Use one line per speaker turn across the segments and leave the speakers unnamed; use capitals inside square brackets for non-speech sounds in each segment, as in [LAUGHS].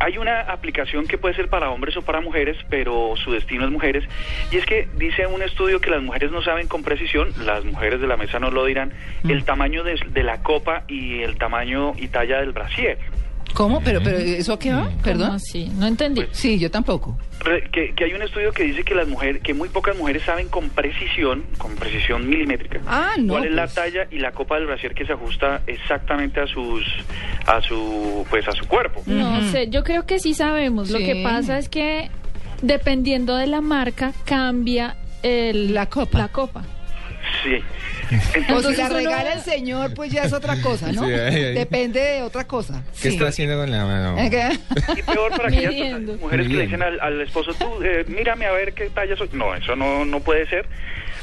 Hay una aplicación que puede ser para hombres o para mujeres, pero su destino es mujeres. Y es que dice un estudio que las mujeres no saben con precisión, las mujeres de la mesa no lo dirán,
Mm.
el tamaño de, de la copa y el tamaño y talla del brasier.
¿Cómo? ¿Pero, pero eso a qué va? ¿Perdón?
Sí, no entendí.
Sí, yo tampoco.
Re- que, que hay un estudio que dice que las mujeres, que muy pocas mujeres saben con precisión, con precisión milimétrica,
Ah, no,
cuál es la
pues.
talla y la copa del brasier que se ajusta exactamente a sus, a su, pues a su cuerpo.
Mm.
No sé, yo creo que sí sabemos. Lo
Sí.
que pasa es que dependiendo de la marca cambia el-
La copa.
La copa.
Sí.
O si
Entonces
la
uno-
regala el señor, pues ya es otra
[LAUGHS]
cosa, ¿no?
Sí, ahí, ahí.
Depende de otra cosa.
¿Qué está haciendo con la mano?
Eh,
Y peor para aquellas
Midiendo.
mujeres que le dicen
Midiendo.
al, al esposo, tú, eh, mírame a ver qué talla soy. No, eso no, no puede ser,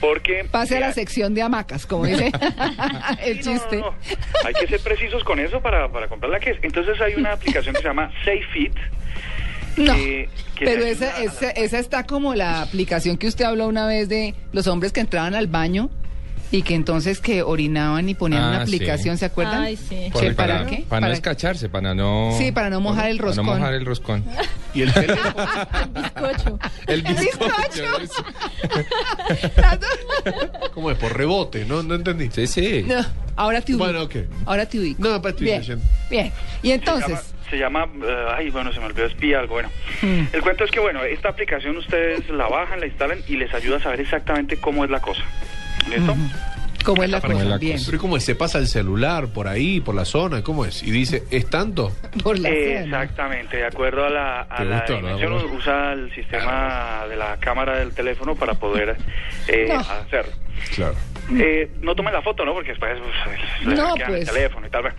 porque...
[LAUGHS] Pase a
eh,
[LAUGHS]
la sección de hamacas, como [LAUGHS] dice el
sí, no,
chiste.
no, no. Hay que ser precisos con eso para, para comprar la que es. Entonces hay una aplicación que se llama Safe Fit.
[LAUGHS] No,
que- que
pero
le
esa,
ayuda a
esa, esa está como la aplicación que usted habló una vez de los hombres que entraban al baño y que entonces que orinaban y ponían
Ah,
una
sí.
aplicación, ¿se acuerdan?
Ay, sí.
[LAUGHS] ¿Que
Por-
¿Para, qué?
Para no escacharse, para no...
Sí, para no mojar el
Para no
roscón.
mojar
[LAUGHS]
el roscón.
Y el pelo.
Bizcocho.
El
[LAUGHS]
[LAUGHS]
bizcocho.
¿Cómo es? Por rebote, ¿no? No entendí.
Sí, sí.
No, ahora te ubico.
Bueno, ok.
Ahora te ubico.
No, para tu
bien,
ubicación.
bien. Y
Se
entonces, Hmm.
llama- Se llama, eh, ay, bueno, se me olvidó espía algo, bueno. El cuento es que, bueno, esta aplicación ustedes la bajan, la instalan y les ayuda a saber exactamente cómo es la cosa. ¿Listo?
¿cómo es la
¿Cómo es
cosa?
la
bien.
Pero ¿cómo es? ¿Se pasa el celular por ahí, por la zona? ¿Cómo es? Y dice, ¿es tanto?
Por
Eh,
la cena.
Exactamente, de acuerdo a la, a
Te
la
gustó, ¿no?
dimensión,
Bueno.
usa el sistema de la cámara del teléfono para poder eh,
No.
hacerlo.
Claro.
Eh, no tomen la foto, ¿no? Porque después pues, le
No,
hackean
pues.
el teléfono y tal. Bueno.